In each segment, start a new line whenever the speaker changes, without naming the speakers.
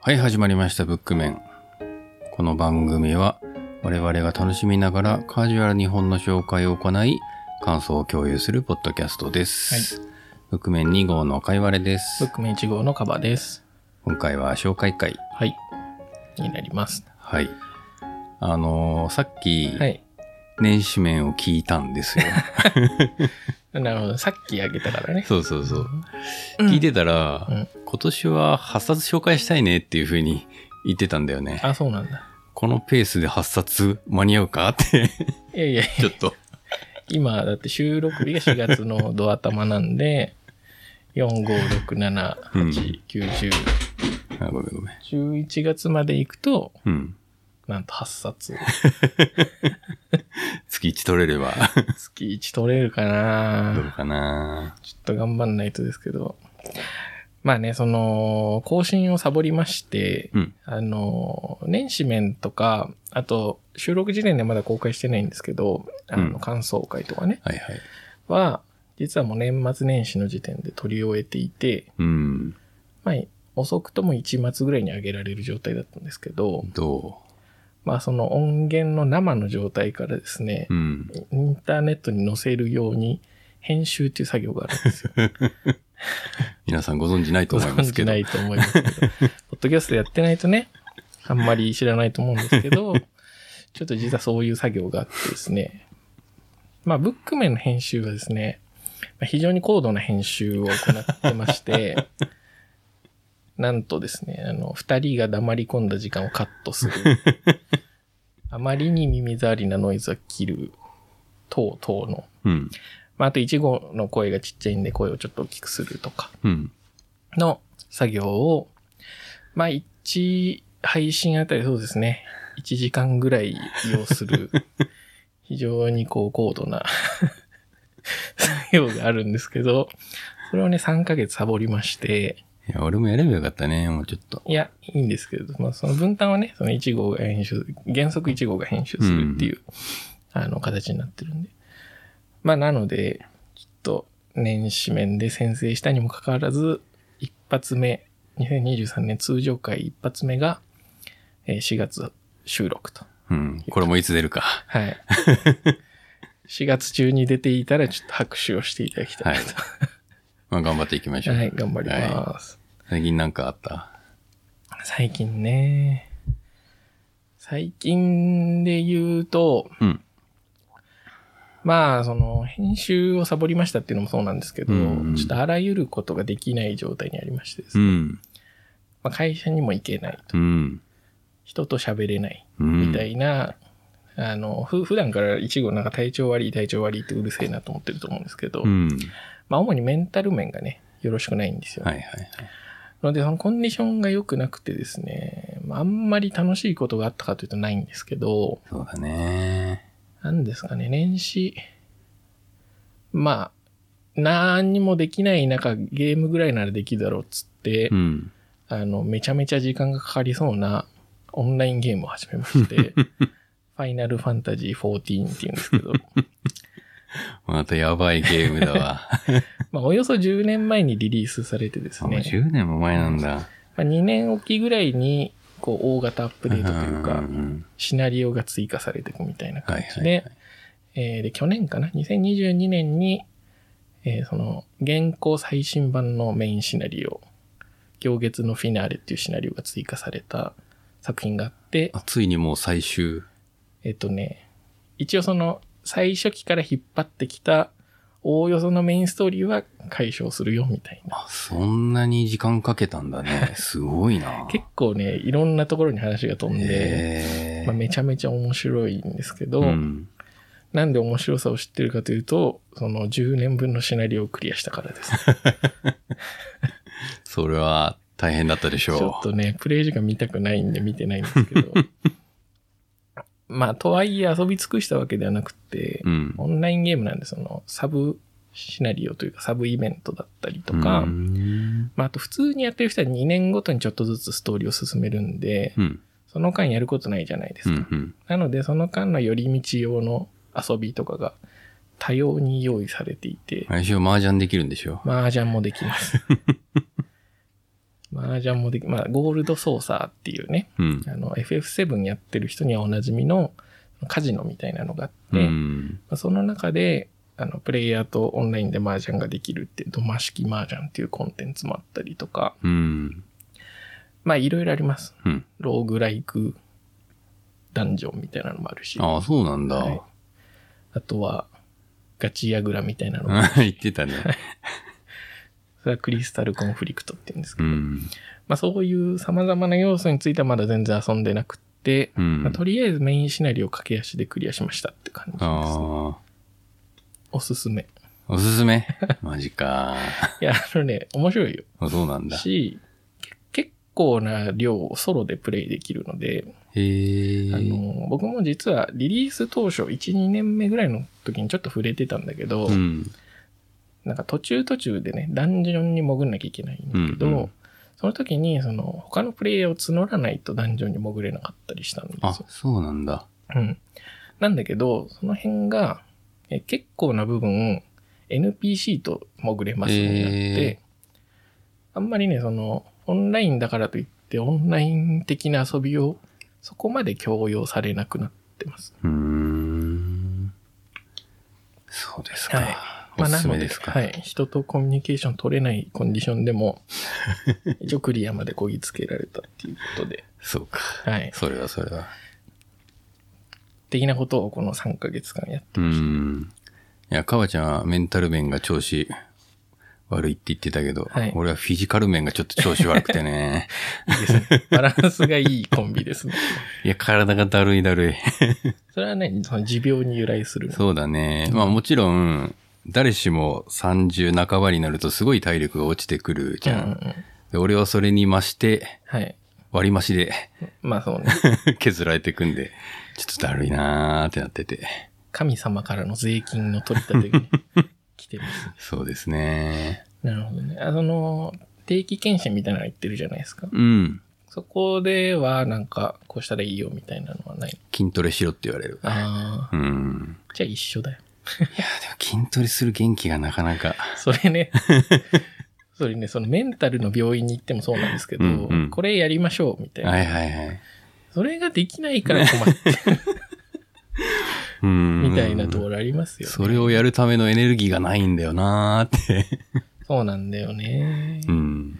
はい、始まりました、ブックメン。この番組は、我々が楽しみながらカジュアルに本の紹介を行い、感想を共有するポッドキャストです。ブックメン2号のかいわれで
ブッ
す。
クメン1号のカバーです。
今回は紹介会。
はい。になります。
はい。あのーさっき、
はい。
年始面を聞いたんですよ。
なるほど。さっきあげたからね。
そうそうそう。
うん
聞いてたら、
うん
今年は8冊紹介したいねっていうふうに 言ってたんだよね。
あ、そうなんだ。
このペースで8冊間に合うか って、
いやいや、
ちょっと。
今、だって収録日が4月のドア玉なんで、4、5、6、7、8、9、
あ、ごめんごめん。
10、11月まで行くと、
うん。
なんと8冊。
月1取れれば、
月1取れるか
どう
な
かな。
ちょっと頑張んないとですけど。まあね、その、更新をサボりまして、
うん。
あの、年始面とか、あと、収録時点でまだ公開してないんですけど、あ
うん
の、感想会とかね、
はいはい。
は、実はもう年末年始の時点で撮り終えていて、
うん。
まあ、遅くとも1末ぐらいに上げられる状態だったんですけど、
ど
まあ、その音源の生の状態からですね
う、うん。
インターネットに載せるように、編集っていう作業があるんですよ。
皆さんご存知ない と思いますけど
ご存。知ないと思いますけど。ポッドキャストやってないとね、あんまり知らないと思うんですけど、 ちょっと実はそういう作業があってですね。まあ、ブック面の編集はですね、まあ非常に高度な編集を行ってまして、 なんとですね、あの、二人が黙り込んだ時間をカットする。あまりに耳障りなノイズは切る。等々の。
うん。
まあ、あと1号の声がちっちゃいんで声をちょっと大きくするとか。
うん。
の作業を、まあ、1配信あたりそうですね。1時間ぐらい要する、非常にこう高度な 作業があるんですけど、それをね、3ヶ月サボりまして、
いや、俺もやればよかったね、もうちょっと。
いや、いいんですけど、まあ、その分担はね、その1号が編集、原則1号が編集するっていう、あの、形になってるんで。まあ、なので、ちょっと、年始面で先制したにもかかわらず、一発目、2023年通常回一発目が、えー4月収録と。
うん。これもいつ出るか。
はい。4月中に出ていたら、ちょっと拍手をしていただきたいと。
まあ、頑張っていきましょう。
はい、頑張ります。
最近なんかあった
最近ね。最近で言うと、
うん。
まあ、その、編集をサボりましたっていうのもそうなんですけど、
うん
ちょっとあらゆることができない状態にありましてです
う
ね、
ん。
まあ、会社にも行けないと、
うん。
人と喋れない、
うん。
みたいな、あの、ふ、普段から一号なんか体調悪い、体調悪いってうるせえなと思ってると思うんですけど、
うん。
まあ、主にメンタル面がね、よろしくないんですよ。
はいはいはい。
ので、そのコンディションが良くなくてですね、まあ、あんまり楽しいことがあったかというとないんですけど、
そうだね。
なんですかね、年始。まあ、何にもできない中、ゲームぐらいならできるだろうっつって、
うん。
あの、めちゃめちゃ時間がかかりそうなオンラインゲームを始めまして、 ファイナルファンタジー14って言うんですけど、
またやばいゲームだわ。
まあ、およそ10年前にリリースされてです
あもう
ね、
10年も前なんだ。
まあ、2年おきぐらいに、こう、大型アップデートというか
ん、ん
シナリオが追加されていくみたいな感じ
はいは
で、えーで、去年かな ?2022 年に、えーその、現行最新版のメインシナリオ、行月のフィナーレっていうシナリオが追加された作品があって
うん、あついにもう最終。
えっ、とね、一応その、最初期から引っ張ってきた、おおよそのメインストーリーは解消するよ、みたいな。
あ、そんなに時間かけたんだ ね。すごいな。
結構ね、いろんなところに話が飛んで、
へー
まあ、めちゃめちゃ面白いんですけど、
うん。
なんで面白さを知ってるかというと、その10年分のシナリオをクリアしたからです。
それは大変だったでし
ちょ
ょ
っ
う。
とね、プレイ時間見たくないんで見てないんですけど。 まあ、とはいえ遊び尽くしたわけではなくて、
うん。
オンラインゲームなんで、そのサブシナリオというかサブイベントだったりとか、
うん。
まあ、あと普通にやってる人は2年ごとにちょっとずつストーリーを進めるんで、
うん。
その間やることないじゃないです
う
か。
んうん。
なので、その間の寄り道用の遊びとかが多様に用意されていて、
来週麻雀できるんでしょ
麻雀もできます。麻雀もでき、まあ、ゴールドソーサーっていうね、
うん。
あの、FF7 やってる人にはおなじみのカジノみたいなのがあって、
うん。
まあその中で、あの、プレイヤーとオンラインで麻雀ができるっていう、ドマ式麻雀っていうコンテンツもあったりとか、
うん。
まあ、いろいろあります。
うん。
ローグライクダンジョンみたいなのもあるし、
ああ、そうなんだ。
はいあとは、ガチヤグラみたい なのもあるし
言ってたね。
それはクリスタルコンフリクトって言うんですけ
う
ど、
ん。
まあ、そういう様々な要素についてはまだ全然遊んでなくって、
うん。
まあとりあえずメインシナリオを駆け足でクリアしましたって感じですね。
あ
おすすめ。
あ、おすす めマジか。
いや、あのね、面白いよ。
あそうなんだ。
し、け結構な量をソロでプレイできるので、
へえ。
あの、僕も実はリリース当初1、2年目ぐらいの時にちょっと触れてたんだけど、
うん。
なんか途中途中でね、ダンジョンに潜んなきゃいけないんだけど、
うんうん
その時に、その、他のプレイヤーを募らないとダンジョンに潜れなかったりしたんです
あ
よ。、
そうなんだ。
うん。なんだけど、その辺が、え結構な部分、NPC と潜れますようになって、
え
あんまりね、その、オンラインだからといって、オンライン的な遊びを、そこまで強要されなくなってます。
うーん。そうですか。
はい
お
な
すす
の
めですか。
はい。人とコミュニケーション取れないコンディションで も、一応クリアまでこぎつけられたっていうことで、
そうか。
はい。
それはそれは。
的なことをこの3ヶ月間やって、
うん。いや、かわちゃんはメンタル面が調子悪いって言ってたけど、
はい
俺はフィジカル面がちょっと調子悪くて ね。
いいですね。バランスがいいコンビですね。
いや、体がだるいだるい。
それはね、その持病に由来するの。
そうだね。まあもちろん、誰しも30半ばになるとすごい体力が落ちてくるじゃん。
うんうんうん
で俺はそれに増して、
はい。
割り増しで
まあそうね。
削られてくんで、ちょっとだるいなーってなってて。
神様からの税金の取り立て がね、来てます。
そうですね。
なるほどね。あその、定期検診みたいなの言ってるじゃないですか。
うん。
そこでは、なんか、こうしたらいいよみたいなのはない。
筋トレしろって言われる。
ああ、
うん。
じゃあ一緒だよ。
いや、でも筋トレする元気がなかなか。
そ れね、それね、そのメンタルの病院に行ってもそうなんですけど、
うんうん
これやりましょうみたいな。
はいはいはい。
それができないから困って
うん。
みたいなところありますよ、ね。
それをやるためのエネルギーがないんだよなー って。
そうなんだよね。
うん。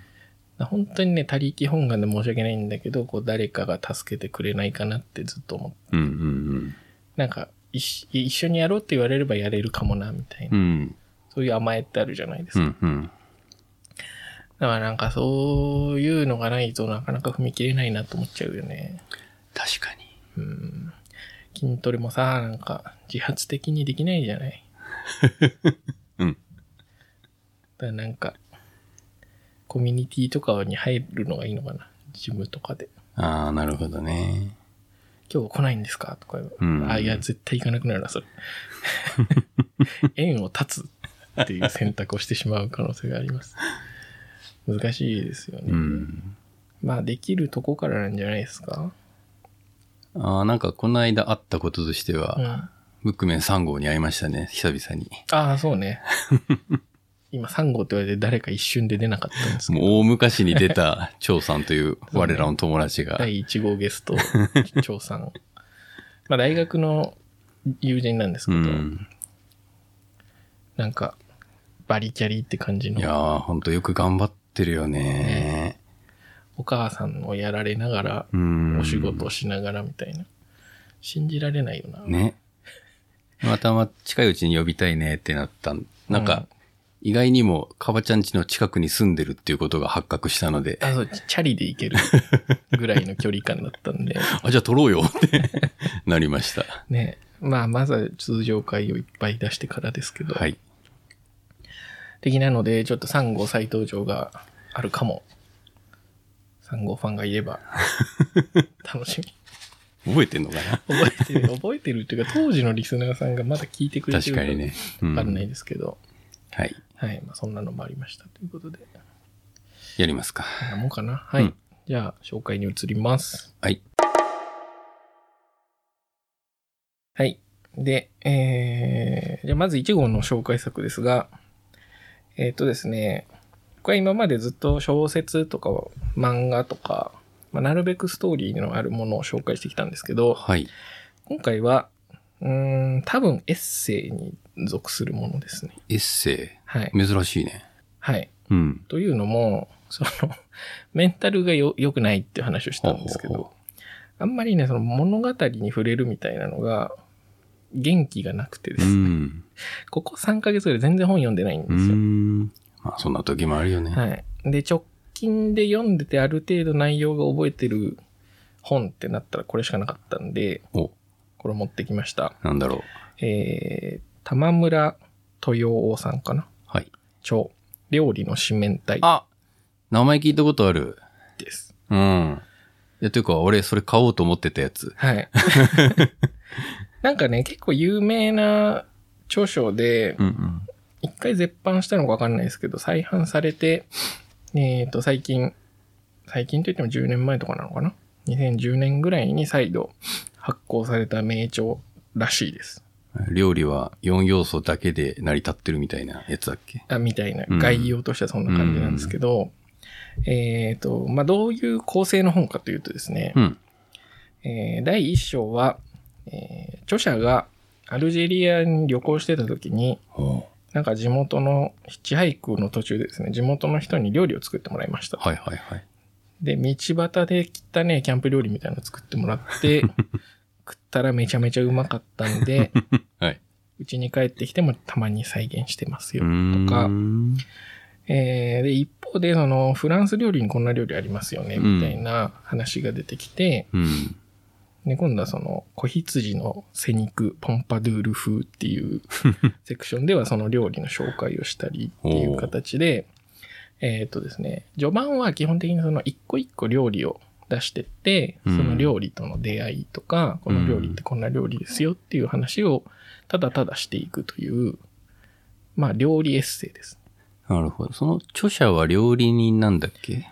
本当にね、他力本願で申し訳ないんだけど、こう、誰かが助けてくれないかなってずっと思って、
うんうん
なんか、一緒一緒にやろうって言われればやれるかもな、みたい
うん。う
な。
ん。
そういう甘えってあるじゃないです
う
か。
んうん。
だからなんか、そういうのがないとなかなか踏み切れないなと思っちゃうよね。
確かに。
うん。筋トレもさ、なんか、自発的にできないじゃない。
うん。
だからなんか、コミュニティとかに入るのがいいのかな。ジムとかで。
ああ、なるほどね。
今日来ないんですかとか、
うん
あ、いや、絶対行かなくなるな、それ。縁を断つっていう選択をしてしまう可能性があります。難しいですよね。
うん。
まあ、できるとこからなんじゃないですか
ああ、なんかこの間あったこととしては、
うん。あ
ブックメン3号に会いましたね、久々に。
あ、そう ね。今、3号って言われて誰か一瞬で出なかったんですけ
も
ど、
う大昔に出た張さんという我らの友達が。
第1号ゲスト、張 さん。まあ、大学の友人なんです
う
けど、
ん。
なんか、バリキャリって感じ
いや
の、
ー、ほんとよく頑張ってるよね。
お母さんをやられながら、
うん。
お仕事をしながらみたいな。信じられないよな。
ね。またま近いうちに呼びたいねってなったん。なん
う
か
ん、
意外にも、かばちゃん家の近くに住んでるっていうことが発覚したので、
あ、そう、チャリで行けるぐらいの距離感だったんで。
あ、じゃあ撮ろうよって なりました。
ね。まあ、まずは通常回をいっぱい出してからですけど。
はい。
的なので、ちょっと3号再登場があるかも。3号ファンがい れば、楽しみ。
覚えてんのかな
覚えてる、覚えてるっていうか、当時のリスナーさんがまだ聞いてくれ て
確
る
かにね。
わかんな
う
い
ん
ですけど。
はい。
はい。まあ、そんなのもありましたということで。
やりますか。
こんなもんかな。はい。
うん
じゃあ、紹介に移ります。
はい。
はい。で、えー、じゃあまず1号の紹介作ですが、えっ、とですね、僕は今までずっと小説とか漫画とか、まあ、なるべくストーリーのあるものを紹介してきたんですけど、
はい。
今回は、うーん、多分エッセイに属するものですね。
エッセ
はい。
イ。珍しいね。
はい。
うん。
というのも、その、 メンタルがよ良くないっていう話をしたんですけ
ほうほ
ど、あんまりね、その物語に触れるみたいなのが、元気がなくてで
う
す ね。
ん。
ここ3ヶ月ぐらい全然本読んでない
う
んですよ。
ん。まあ、そんな時もあるよね。
はい。で、直近で読んでてある程度内容が覚えてる本ってなったらこれしかなかったんで、
お、
これ持ってきました。
なんだろう。
えー、玉村豊王さんかな
はい。
著、料理の四面体
あ名前聞いたことある。
です。
うん。いや、というか、俺、それ買おうと思ってたやつ。
はい。なんかね、結構有名な著書で、
うんうん。
一回絶版したのかわかんないですけど、再版されて、えっ、と、最近、最近といっても10年前とかなのかな ?2010 年ぐらいに再度発行された名著らしいです。
料理は4要素だけで成り立ってるみたいなやつだっけ
あみたいな
うん
概要としてはそんな感じなんですけど、えっ、と、まあ、どういう構成の本かというとですね、
うん。
えー第1章は、えー著者がアルジェリアに旅行してた時に、
ほう
なんか地元のヒッチハイクの途中でですね、地元の人に料理を作ってもらいました。
はいはいはい。
で、道端で切ったね、キャンプ料理みたいなの作っても らって、食ったらめちゃめちゃうまかったんで、
はい。
うちに帰ってきてもたまに再現してますよ。
と
か
うん。
えーで、一方で、その、フランス料理にこんな料理ありますよね、
うん
みたいな話が出てきて、
うん。
で、今度はその、小羊の背肉、ポンパドゥール風っていう セクションではその料理の紹介をしたりっていう形で、えーっとですね、序盤は基本的にその一個一個料理を出してって、そ
うん
の料理との出会いとか、この料理ってこんな料理ですよっていう話をただただしていくという、まあ料理エッセイです。
なるほど。その著者は料理人なんだっけ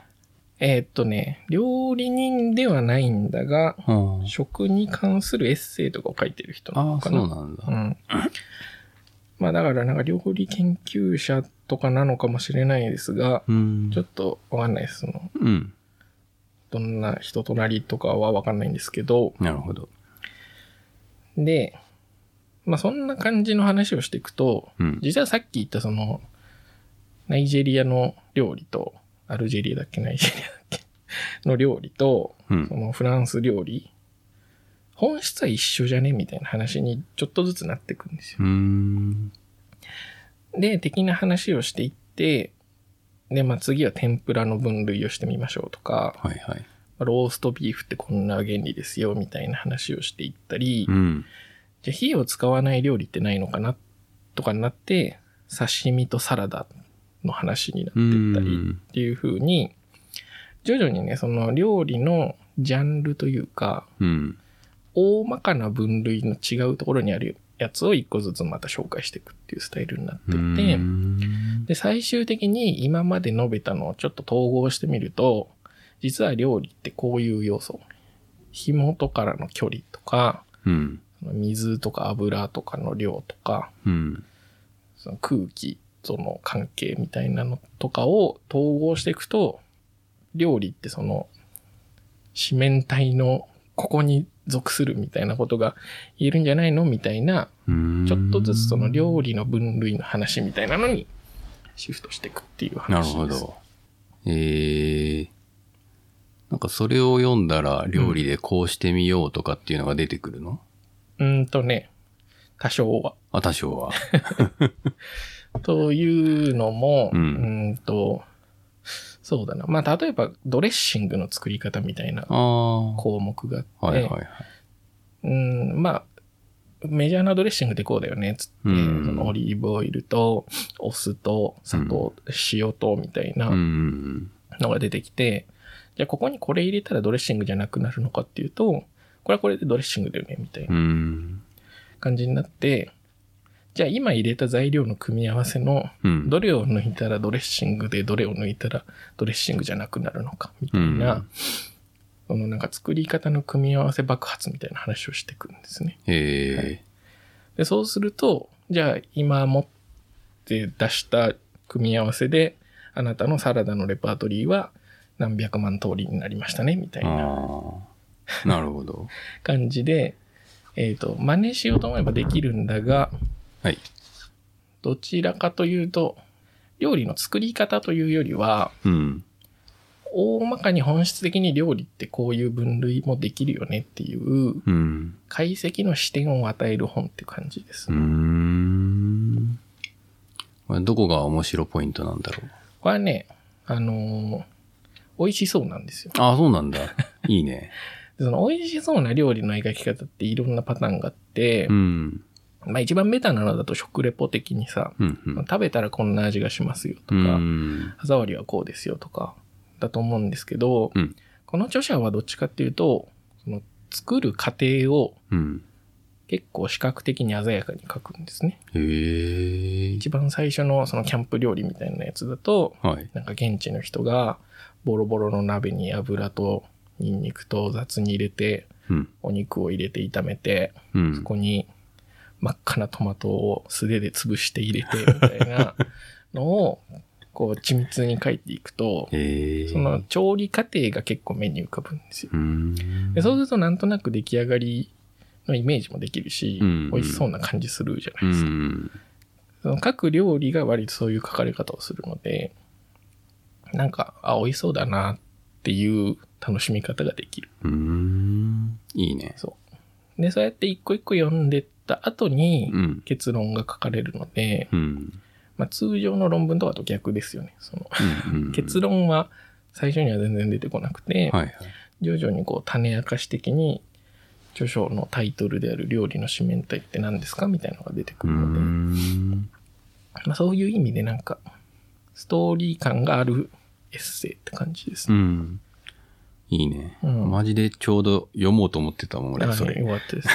えーっとね、料理人ではないんだが、
は
食に関するエッセイとかを書いてる人な
ああ
の
ー、
か
そ
な。
うなんだ。
うん。まあだからなんか料理研究者とかなのかもしれないですが、
うん
ちょっとわかんないです。その、
うん。
どんな人となりとかはわかんないんですけど、
なるほど。
で、まあそんな感じの話をしていくと、
うん。
実はさっき言ったその、ナイジェリアの料理と、アルジェリアだっけナイ ジェリアだっけの料理と、
う
そ
ん。
のフランス料理、本質は一緒じゃねみたいな話にちょっとずつなってくんですよ
うーん。
で、的な話をしていって、で、まあ次は天ぷらの分類をしてみましょうとか、
はいはい。
ローストビーフってこんな原理ですよみたいな話をしていったり、
うん。
じゃあ火を使わない料理ってないのかなとかになって、刺身とサラダの話になって
う
いったり
ん。
っていう風に、徐々にね、その料理のジャンルというか、
うん。
大まかな分類の違うところにあるやつを一個ずつまた紹介していくっていうスタイルになって
う
いて、
ん
で、最終的に今まで述べたのをちょっと統合してみると、実は料理ってこういう要素。火元からの距離とか、
うん。
その水とか油とかの量とか、
うん。
その空気との関係みたいなのとかを統合していくと、料理ってその、四面体のここに属するみたいなことが言えるんじゃないのみたいな、
うん
ちょっとずつその料理の分類の話みたいなのにシフトしていくっていう
なる
話です。
ほど。えー。なんかそれを読んだら料理でこうしてみようとかっていうのが出てくるの、
うーんとね、多少は。
あ、多少 は。
というのも、
う
うんんんと、そうだな。まあ、例えば、ドレッシングの作り方みたいな
ああ。
項目があっ
は
て、
いはいはい。
うん、まあ、メジャーなドレッシングってこうだよね、つって、
うん
そのオリーブオイルと、お酢と、砂糖、塩と、みたいな
うん。
のが出てきて、じゃあ、ここにこれ入れたらドレッシングじゃなくなるのかっていうと、これはこれでドレッシングだよね、みたいな
うん。
感じになって、じゃあ、今入れた材料の組み合わせの
うん。
どれを抜いたらドレッシングで、どれを抜いたらドレッシングじゃなくなるのか、みたいな、
うん
そのなんか作り方の組み合わせ爆発みたいな話をしてくるんですね。
え
で、そうすると、じゃあ今持って出した組み合わせで、あなたのサラダのレパートリーは何百万通りになりましたね、みたい
あ
な
あ。なるほど。
感じで、えっ、と、真似しようと思えばできるんだが、
はい。
どちらかというと、料理の作り方というよりは、
うん。
大まかに本質的に料理ってこういう分類もできるよねっていう、
うん。
解析の視点を与える本って感じです
うー。ん。これどこが面白ポイントなんだろう。
これはね、あのー美味しそうなんですよ。
ああ、そうなんだ。いいね。
でその美味しそうな料理の描き方っていろんなパターンがあって
う、ん。
まあ一番ベタなのだと食レポ的にさ、
うん。うん
食べたらこんな味がしますよと
う
か、
ん。
歯触りはこうですよとか、だと思うんですけど、
うん
この著者はどっちかっていうと、その作る過程を
うん。
結構視覚的に鮮やかに描くんですね。
へえ。
一番最初のそのキャンプ料理みたいなやつだと、
はい。
なんか現地の人がボロボロの鍋に油とニンニクと雑に入れて、
うん。
お肉を入れて炒めて、
う
そ
ん。
こに真っ赤なトマトを素手で潰して入れてみたいなのを、こう緻密に描いていくと、
へえ。
その、調理過程が結構目に浮かぶんですよ。
うん。
でそうするとなんとなく出来上がりのイメージもできるし、
うんうん
美味しそうな感じするじゃな
う
いですか。
ん。
その各料理が割とそういう書かれ方をするので、なんか、あ、美味しそうだなっていう楽しみ方ができる。
うん。いいね。
で、そうやって一個一個読んでった後に
うん。
結論が書かれるので、
うん。
まあ、通常の論文とかと逆ですよね。その
うんうん
結論は最初には全然出てこなくて、
はいはい。
徐々にこう種明かし的に著書のタイトルである料理の四面体って何ですかみたいなのが出てく
うー
るので、
ん。
まあ、そういう意味でなんかストーリー感があるエッセイって感じです
う
ね。
ん。いいね。
うん
マジでちょうど読もうと思ってたもん、俺、
あ
それ。
よかったです。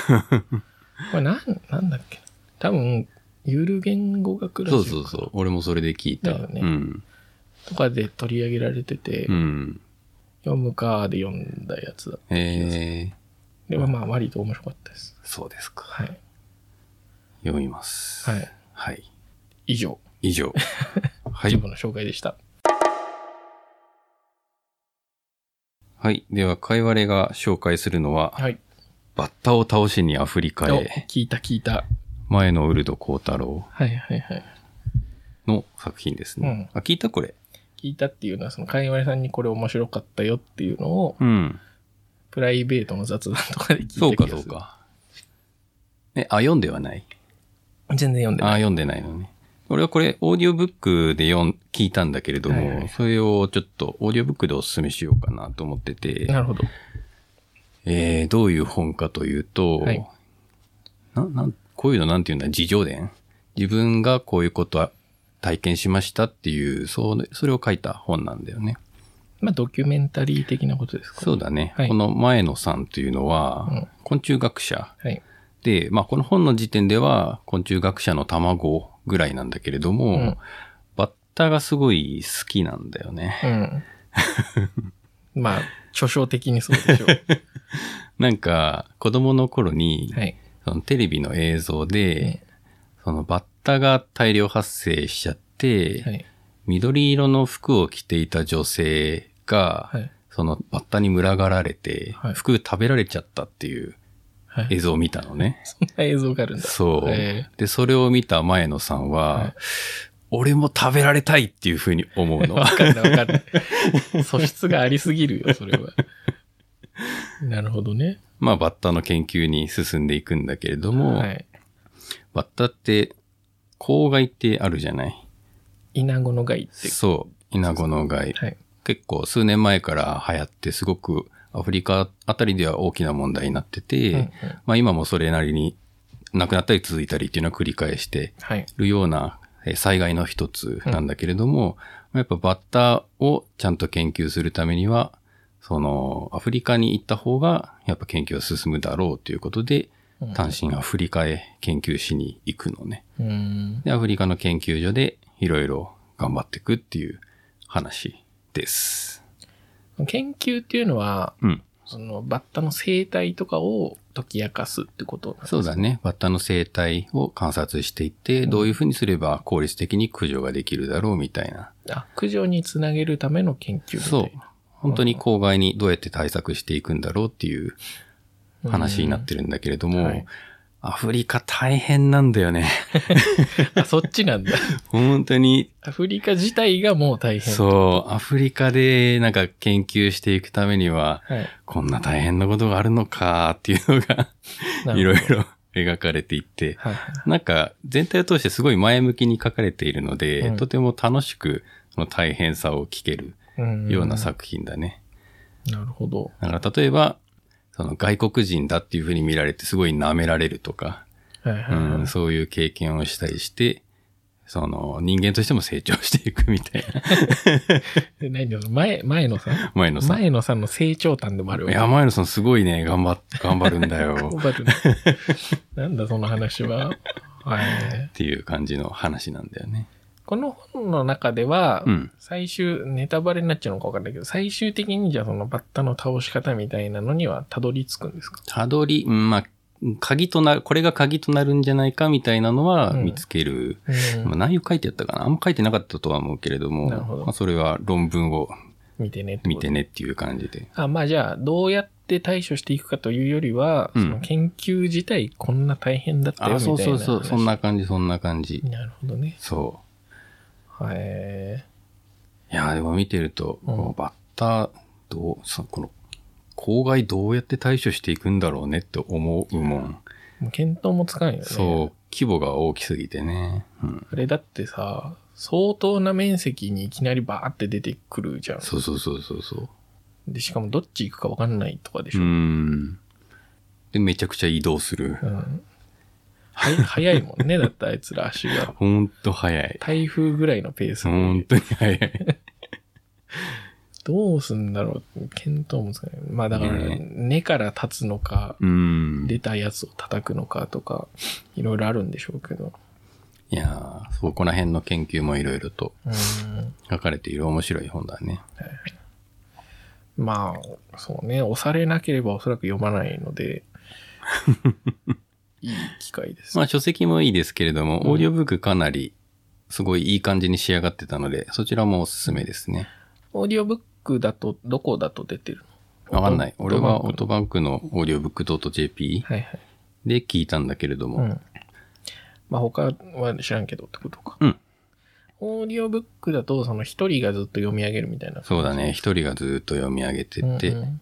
これなん、なんだっけな多分、ゆる言語学ラジ
そ
オ
うそうそう。俺もそれで聞いた。
だよね
うん。
とかで取り上げられてて、
うん。
読むかーで読んだやつだ。
えー、
でもまあ割と面白かったです。
そうですか。
はい。
読みます。
はい。
はい。
以上、
以上。 は
自
い。
分の紹介でした。
はい。では、かいわれが紹介するのは、
はい。
バッタを倒しにアフリカ
お
へ、
聞いた聞いた。
前野ウルド幸太郎
はいはいはい。
の作品ですね。あ、聞いたこれ。
聞いたっていうのは、その、かいわれさんにこれ面白かったよっていうのを、
うん。
プライベートの雑談とかで聞いた気が
そう
する
か、そう。か。え、あ、読んではない
全然読んで
ああー、
ない。
読んでないのね。俺はこれ、オーディオブックで読ん、聞いたんだけれども、
はいはい
それをちょっと、オーディオブックでお勧めしようかなと思ってて、
なるほど。
えー、どういう本かというと、
はい
な、なん、こういうのなんていうんだ、自情伝自分がこういうことは体験しましたっていう、そう、それを書いた本なんだよね。
まあ、ドキュメンタリー的なことですか
そうだね。
はい
この前野さんというのは、
うん
昆虫学者
はい。
で、まあ、この本の時点では昆虫学者の卵ぐらいなんだけれども、
うん
バッタがすごい好きなんだよね。
うん。まあ、著書的にそう でしょう。
なんか、子供の頃に、
はい。
そのテレビの映像で、そのバッタが大量発生しちゃって、
はい。
緑色の服を着ていた女性が、
はい。
そのバッタに群がられて、
はい
服食べられちゃったっていう
はい。
映像を見たのね。
そん な映像があるんだ。
そう。
え
で、それを見た前野さんは、
はい
俺も食べられたいっていうふうに思う
ー
の。
わかんないわかんない。素質がありすぎるよ、それは。なるほどね。
まあ、バッタの研究に進んでいくんだけれども、
はい。
バッタって、公害ってあるじゃない
イナゴの害って。
そう、イナゴの害。
はい。
結構数年前から流行って、すごくアフリカあたりでは大きな問題になってて、
うんうん
まあ今もそれなりに亡くなったり続いたりっていうのは繰り返して
はい。
るようなえー災害の一つなんだけれども、まあやっぱバッターをちゃんと研究するためには、そのアフリカに行った方がやっぱ研究は進むだろうということで、
うん
単身アフリカへ研究しに行くのね。
うん。
で、アフリカの研究所でいろいろ頑張っていくっていう話です。
研究っていうのは、
うん。
そのバッタの生態とかを解き明かすってことなん
そうだね。バッタの生態を観察していって、どういうふうにすれば効率的に駆除ができるだろうみたいな
あ、苦情につなげるための研究みたい
そう。本当に公害にどうやって対策していくんだろうっていう
な
話になってるんだけれども、
うんはい
アフリカ大変なんだよね。
うんあ、そっちなんだ。
本当に、
アフリカ自体がもう大変。う。
そう、アフリカでなんか研究していくためには、
はい。
こんな大変なことがあるのかっていうのが、
なるほど
いろい。ろ 描かれていって、
はい。
なんか全体を通してすごい前向きに書かれているので、
うん
とても楽しく、その大変さを聞ける
うん
ような作品だね。
なるほど。
だから例えば、その外国人だっていうふうに見られてすごい舐められるとか、
はいはいは
う
い。
ん、そういう経験をしたりして、その人間としても成長していくみたいな。
で何だろう前、前野さん
前野さん。い
前野さんの成長譚でもあるわ。
や、前野さんすごいね、頑張っ、頑張るんだよ。
頑張る ねなんだその話は。はい。
っていう感じの話なんだよね。
この本の中では、
うん。
最終、ネタバレになっちゃうのかわかんないけど、最終的にじゃあそのバッタの倒し方みたいなのにはたどり着くんですか
たどり、うんまあ、鍵となる、これが鍵となるんじゃないかみたいなのは
うん
見つける。
うん
まあ、内容書いてあったかなあんま書いてなかったとは思うけれども、
なるほど
まあ、それは論文を
見てねってこと
見てねっていう感じで。
あ、まあじゃあ、どうやって対処していくかというよりは、
うん
その研究自体こんな大変だったよ
あ、
みた
そ
いな
う
話。
そうそう、そんな感じ、そんな感じ。
なるほどね。
そ
はい。
う。いやー、でも見てると、
うん
こうバッター、どう、そこの、公害どうやって対処していくんだろうねって思うもん。
もう検討もつかんよね。
そう、規模が大きすぎてね。うん。
あれだってさ、相当な面積にいきなりバーって出てくるじゃん。
そうそうそうそうそう。
で、しかもどっち行くかわかんないとかでし
う
ょ。
ん。で、めちゃくちゃ移動する。
うん。はい、早いもんね。だってあいつら足が。
ほんと早い。
台風ぐらいのペース
ほん
で。
とに早い。
どうすんだろう検討もつかない。まあだから、
ね
根から立つのか、
うん。
出たやつを叩くのかとか、いろいろあるんでしょうけど。
いやー、そう、この辺の研究もいろいろと
うん。
書かれている面白い本だね。
まあ、そうね。押されなければおそらく読まないので、いい機会です。
まあ書籍もいいですけれども、
うん
オーディオブックかなり、すごいいい感じに仕上がってたので、そちらもおすすめですね。
オーディオブックだと、どこだと出てるの
わかんない。俺はオー
音
トバンクのオーディオブック .jp
はいはい。
で聞いたんだけれども、
うん。まあ他は知らんけどってことか。
うん
オーディオブックだと、その一人がずっと読み上げるみたいな。
そうだね。一人がずっと読み上げてって、
うんうん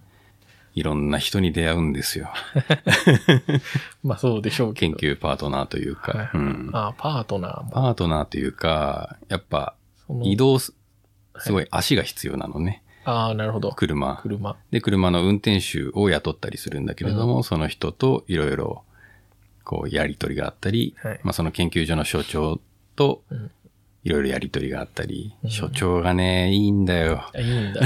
いろんな人に出会うんです よ。
まあそうでしょうけ
研
ど。
究パートナーというか、
はい
うん。
ああ、パートナーも。
パートナーというか、やっぱ
その
移動す、すごい足が必要なのね。
ああ、なるほど。
車。
車。
で、車の運転手を雇ったりするんだけれども、その人といろいろ、こう、やりとりがあったり、
はい
まあその研究所の所長と
うん、
いろいろやりとりがあったり、
うん
所長がね、いいんだよ。
あいい んだ。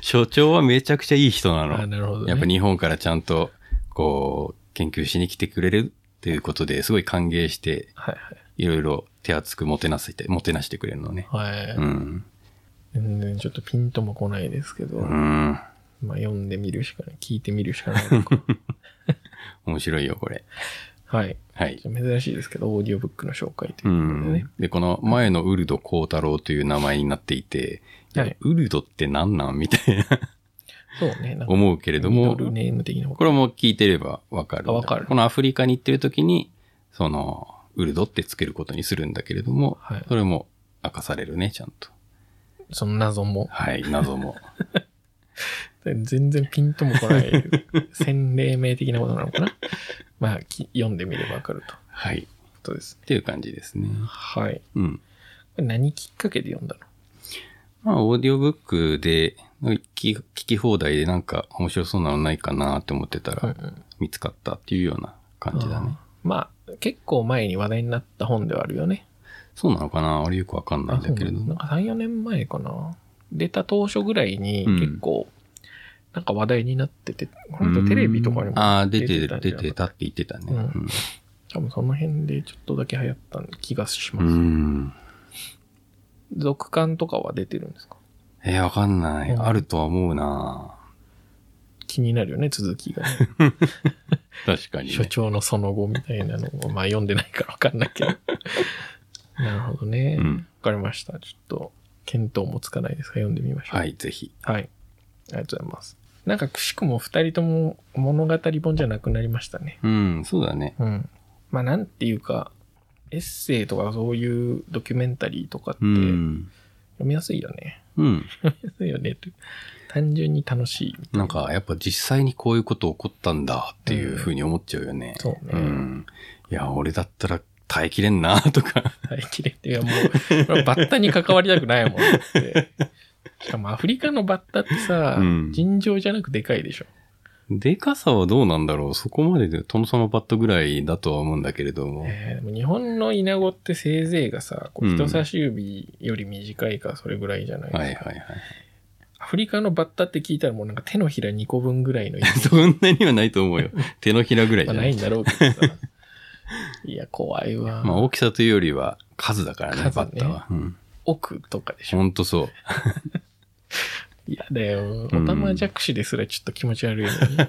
所長はめちゃくちゃいい人な
あ
の。
ーなるほど、ね。
やっぱ日本からちゃんと、こう、研究しに来てくれるっていうことですごい歓迎して、
はい
いろいろ手厚くもてなせて、もてなしてくれるのね。
はい。はい。
うん。
全然ちょっとピンとも来ないですけど、
うん。
まあ読んでみるしかない。聞いてみるしかない のか。
面白いよ、これ。
はい。
はい。
珍しいですけど、オーディオブックの紹介と
う
いうことでね
ん。。で、この前のウルド幸太郎という名前になっていて、いや
はい
ウルドって何なんみたい な
そうね。なんか
思うけれど
ミド
も、
ルネーム的なこと
これも聞いてればわかるんだ。
あわかる
このアフリカに行ってる時に、その、ウルドってつけることにするんだけれども、
はい
それも明かされるね、ちゃんと。
その謎も。
はい、謎 も。
全然ピンとも来ない。 洗礼名的なことなのかなまあ、き読んでみればわかると。
はい。っ
ことです。
ていう感じですね。
はい。
うん。
これ何きっかけで読んだの
まあ、オーディオブックで、聞き聞き放題でなんか面白そうなのないかなって思ってたら、見つかったっていうような感じだね。
まあ、結構前に話題になった本ではあるよね。
そうなのかな俺よくわかんないんだけれど
あそうなのなん
も。
か3、4年前かな。出た当初ぐらいに
うん
結構、なんか話題になってて、本当テレビとかにも、
ああ、出て
出てたんじ
出
ゃなかった
てたって言ってたね。
うん
うん
多分その辺でちょっとだけ流行った気がし
う
ます。
ん。
続刊とかは出てるんですか
えー、わかんない。
うん
あるとは思うな
気になるよね、続きがね。
確かに、
所長のその後みたいなのを、まあ読んでないからわかんないけど。なるほどね。
う
わ、
ん。
かりました。ちょっと、見当もつかないですが、読んでみましょう。
はい、ぜひ。
はい。ありがとうございます。なんかくしくも二人とも物語本じゃなくなりましたね。
うん、そうだね。
うん。まあなんていうか、エッセイとかそういうドキュメンタリーとかって
う
読
ん。
みやすいよね。
うん。
読みやすいよねって。単純に楽しい。
なんか、やっぱ実際にこういうこと起こったんだっていうふうに思っちゃうよね。
そうね。
うん。いや、俺だったら耐えきれんな、 とか。
耐えきれって。いやもう、俺はバッタに関わりたくないもんだって。しかもアフリカのバッタってさ、
うん
尋常じゃなくでかいでしょ。
でかさはどうなんだろうそこまでで、殿様バットぐらいだとは思うんだけれども。
えーでも日本のイナゴってせいぜいがさ、こう人差し指より短いかそれぐらいじゃないですか。
はいはいはい。
アフリカのバッタって聞いたらもうなんか手のひら2個分ぐらいのイメージ
そんなにはないと思 うよ。手のひらぐらいじ
ま
ゃ
あ
な。
ないいんだろうけどさ。いや、怖いわ。
まあ大きさというよりは数だからね、
数ね
バッタは。うん。
奥とかでしょ。
ほんとそう。
いやだよ。お
うん
たまじゃくしですらちょっと気持ち悪いのに。
や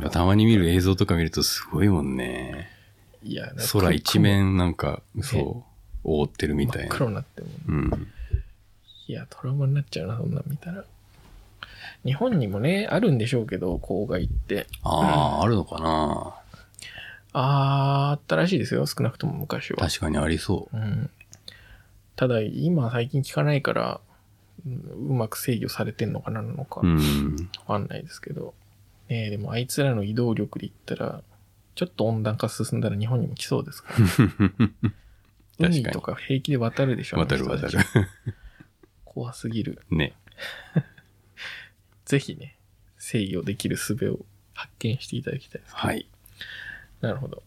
っぱたまに見る映像とか見るとすごいもんね。
いや、なんか
空一面なんか、
ね
そう、覆ってるみた
真
い
っ
な。
黒になっても。
うん。
いや、トラウマになっちゃうな、そんなん見たら。日本にもね、あるんでしょうけど、郊外って。
ああ、あるのかな
あー、あったらしいですよ、少なくとも昔は。
確かにありそ
うん、ただ、今最近聞かないから、うんうまく制御されてんのかななのか
う。う、ん。
わかんないですけど。ねえ、でもあいつらの移動力で言ったら、ちょっと温暖化進んだら日本にも来そうですから、
かに
海とか平気で渡るでしょ。
渡る
あの人
渡
たち
る。。
怖すぎる。
ね。
ぜひね、制御できる術を発見していただきたいです。
はい。
なるほど。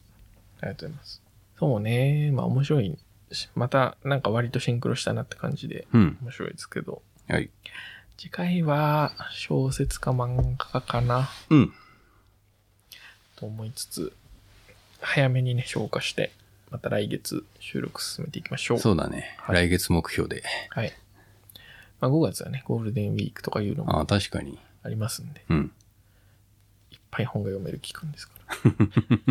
ありがとうございます。そうね、まあ面白いし。また、なんか割とシンクロしたなって感じで、
うん。
面白いですけど。
はい。
次回は、小説か漫画家かな、
うん。
と思いつつ、早めにね、消化して、また来月収録進めていきましょう。
そうだね。
はい
来月目標で。
はい。まあ5月はね、ゴールデンウィークとかいうのも
ああ、確かに。
ありますんで、
うん。
いっぱい本が読める期間ですか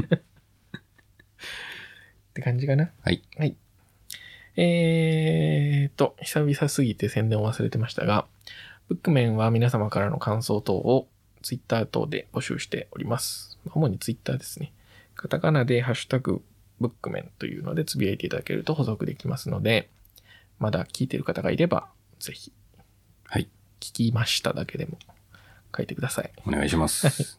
ら。 って感じかな。
はい。
はい。えーっと、久々すぎて宣伝を忘れてましたが、ブックメンは皆様からの感想等を Twitter 等で募集しております。主に Twitter ですね。カタカナでハッシュタグブックメンというのでつぶやいていただけると補足できますので、まだ聞いてる方がいれば、ぜひ、
はい。
聞きましただけでも書いてください。
お願いし ます。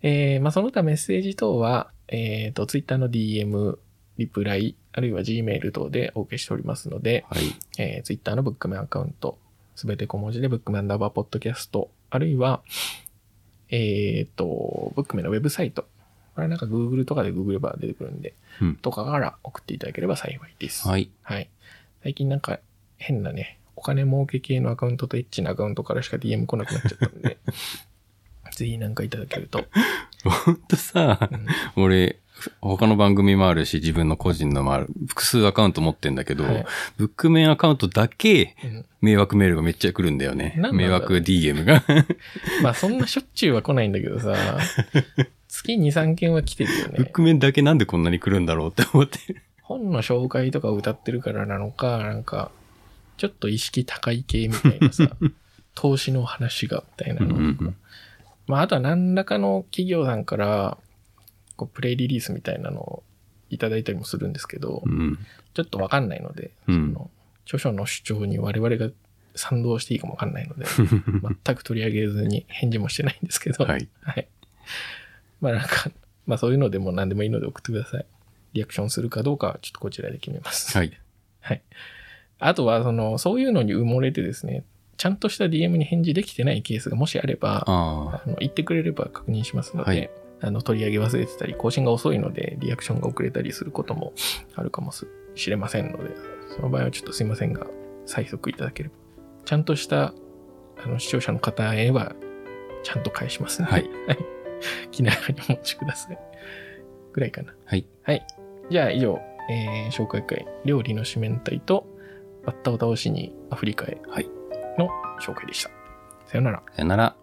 えーまあ、その他メッセージ等は、えっ、と、Twitter の DM、リプライ、あるいは Gmail 等でお受けしておりますので、
はい。
えー、Twitter のブックメンアカウント、すべて小文字でブックメンアンダーバーポッドキャスト、あるいは、えっ、と、ブックメンのウェブサイト、これなんか Google とかで Google バー出てくるんで、
うん
とかから送っていただければ幸いです。
はい。
はい。最近なんか変なね、お金儲け系のアカウントとエッチなアカウントからしか DM 来なくなっちゃったん で、ぜひなんかいただけると。
ほんとさ
う、ん
俺、他の番組もあるし、自分の個人のもある、複数アカウント持ってんだけど、
はい
ブックメンアカウントだけ、
うん
迷惑メールがめっちゃ来るんだよね。
なんなんだ
迷
ろう
惑 DM が。
まあそんなしょっちゅうは来ないんだけどさ、月2、3件は来てるよ
ブッ
ね。
クメンだけなんでこんなに来るんだろうって思ってる。
本の紹介とかを歌ってるからなのか、なんか、ちょっと意識高い系みたい なさ、投資の話がみたいな
うんう
の。
ん
まああとは何らかの企業さんから、こうプレイリリースみたいなのをいただいたりもするんですけど、
うん
ちょっとわかんないので、
うん
その著書の主張に我々が賛同していいかもわか んないので、全く取り上げずに返事もしてないんですけど、
はい。
はい。まあなんか、まあそういうのでも何でもいいので送ってください。リアクションするかどうかはちょっとこちらで決めます。。
はいい。
あとは、その、そういうのに埋もれてですね、ちゃんとした DM に返事できてないケースがもしあれば、
あ
あの言ってくれれば確認しますので、
はい
あの取り上げ忘れてたり、更新が遅いので、リアクションが遅れたりすることもあるかもしれませんので、その場合はちょっとすいませんが、催促いただければ。ちゃんとしたあの視聴者の方へは、ちゃんと返します
あ。
ので、
はい。
気長にお待ちください。ぐらいかな。
はい。
はい。じゃあ以上、えー紹介会、料理の四面体と、バッタを倒しにアフリカへ
はい
の紹介でした。さよなら。
さよなら。